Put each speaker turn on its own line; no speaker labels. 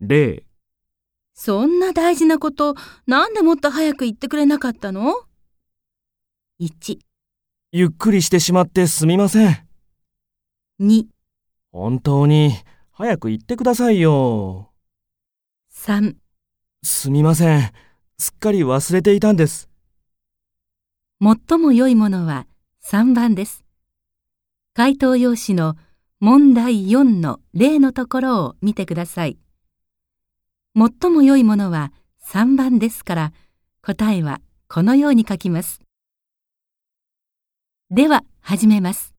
0
そんな大事なこと、なんでもっと早く言ってくれなかったの ?1、
ゆっくりしてしまってすみません。
2、
本当に早く言ってくださいよ。
3。
すみません。すっかり忘れていたんです。
最も良いものは3番です。回答用紙の問題4の例のところを見てください。最も良いものは3番ですから、答えはこのように書きます。では、始めます。